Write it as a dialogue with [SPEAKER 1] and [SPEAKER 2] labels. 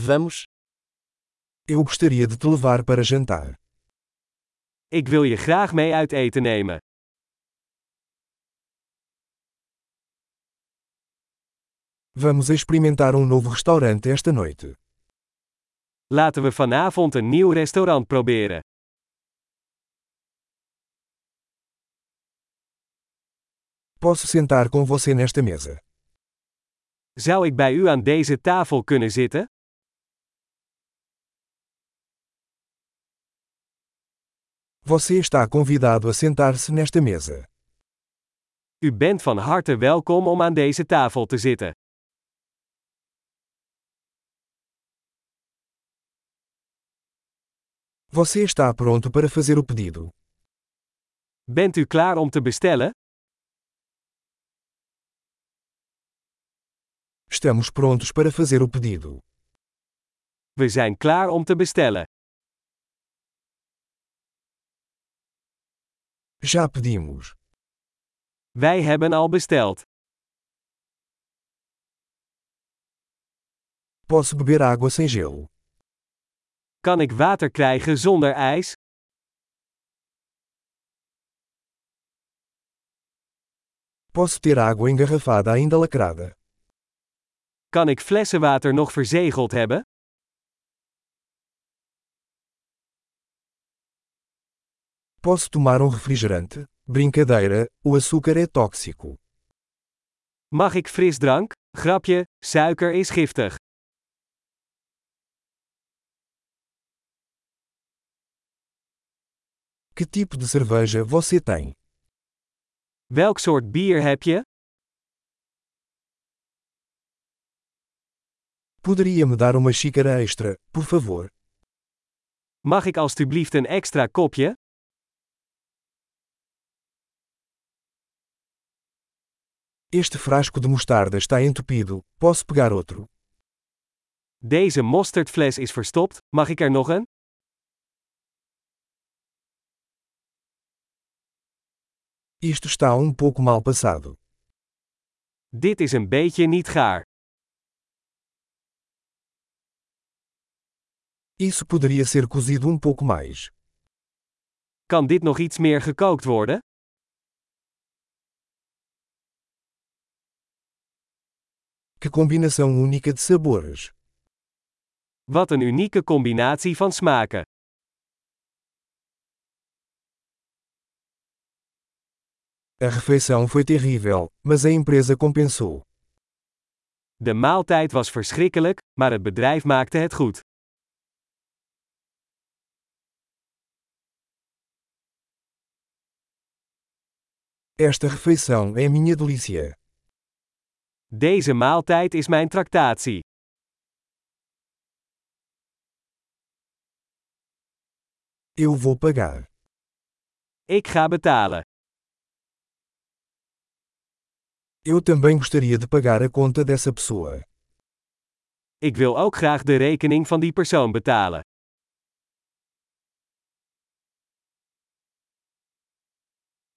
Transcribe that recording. [SPEAKER 1] Vamos.
[SPEAKER 2] Eu gostaria de te levar para jantar.
[SPEAKER 1] Ik wil je graag mee uit eten nemen.
[SPEAKER 2] Vamos experimentar um novo restaurante esta noite.
[SPEAKER 1] Laten we vanavond een nieuw restaurant proberen.
[SPEAKER 2] Posso sentar com você nesta mesa.
[SPEAKER 1] Zou ik bij u aan deze tafel kunnen zitten?
[SPEAKER 2] Você está convidado a sentar-se nesta mesa.
[SPEAKER 1] U bent van harte welkom om aan deze tafel te zitten.
[SPEAKER 2] Você está pronto para fazer o pedido.
[SPEAKER 1] Bent u klaar om te bestellen?
[SPEAKER 2] Estamos prontos para fazer o pedido.
[SPEAKER 1] We zijn klaar om te bestellen.
[SPEAKER 2] Já pedimos.
[SPEAKER 1] Wij hebben al besteld.
[SPEAKER 2] Posso beber água sem gelo.
[SPEAKER 1] Kan ik water krijgen zonder ijs?
[SPEAKER 2] Posso ter água engarrafada ainda lacrada.
[SPEAKER 1] Kan ik flessenwater nog verzegeld hebben?
[SPEAKER 2] Posso tomar um refrigerante? Brincadeira, o açúcar é tóxico.
[SPEAKER 1] Mag ik frisdrank? Grapje, suiker is giftig.
[SPEAKER 2] Que tipo de cerveja você tem?
[SPEAKER 1] Welk soort bier heb je?
[SPEAKER 2] Poderia me dar uma xícara extra, por favor?
[SPEAKER 1] Mag ik alstublieft een extra kopje?
[SPEAKER 2] Este frasco de mostarda está entupido, posso pegar outro?
[SPEAKER 1] Deze mosterdfles is verstopt, mag ik er nog een?
[SPEAKER 2] Isto está um pouco mal passado.
[SPEAKER 1] Dit is een beetje niet gaar.
[SPEAKER 2] Isso poderia ser cozido um pouco mais.
[SPEAKER 1] Kan dit nog iets meer gekookt worden?
[SPEAKER 2] Que combinação única de sabores!
[SPEAKER 1] Wat een unieke combinatie van smaken.
[SPEAKER 2] A refeição foi terrível, mas a empresa compensou.
[SPEAKER 1] De maaltijd was verschrikkelijk, maar het bedrijf maakte het goed.
[SPEAKER 2] Esta refeição é minha delícia.
[SPEAKER 1] Deze maaltijd is mijn tractatie.
[SPEAKER 2] Eu vou pagar.
[SPEAKER 1] Ik ga betalen.
[SPEAKER 2] Eu também gostaria de pagar a conta dessa pessoa.
[SPEAKER 1] Ik wil ook graag de rekening van die persoon betalen.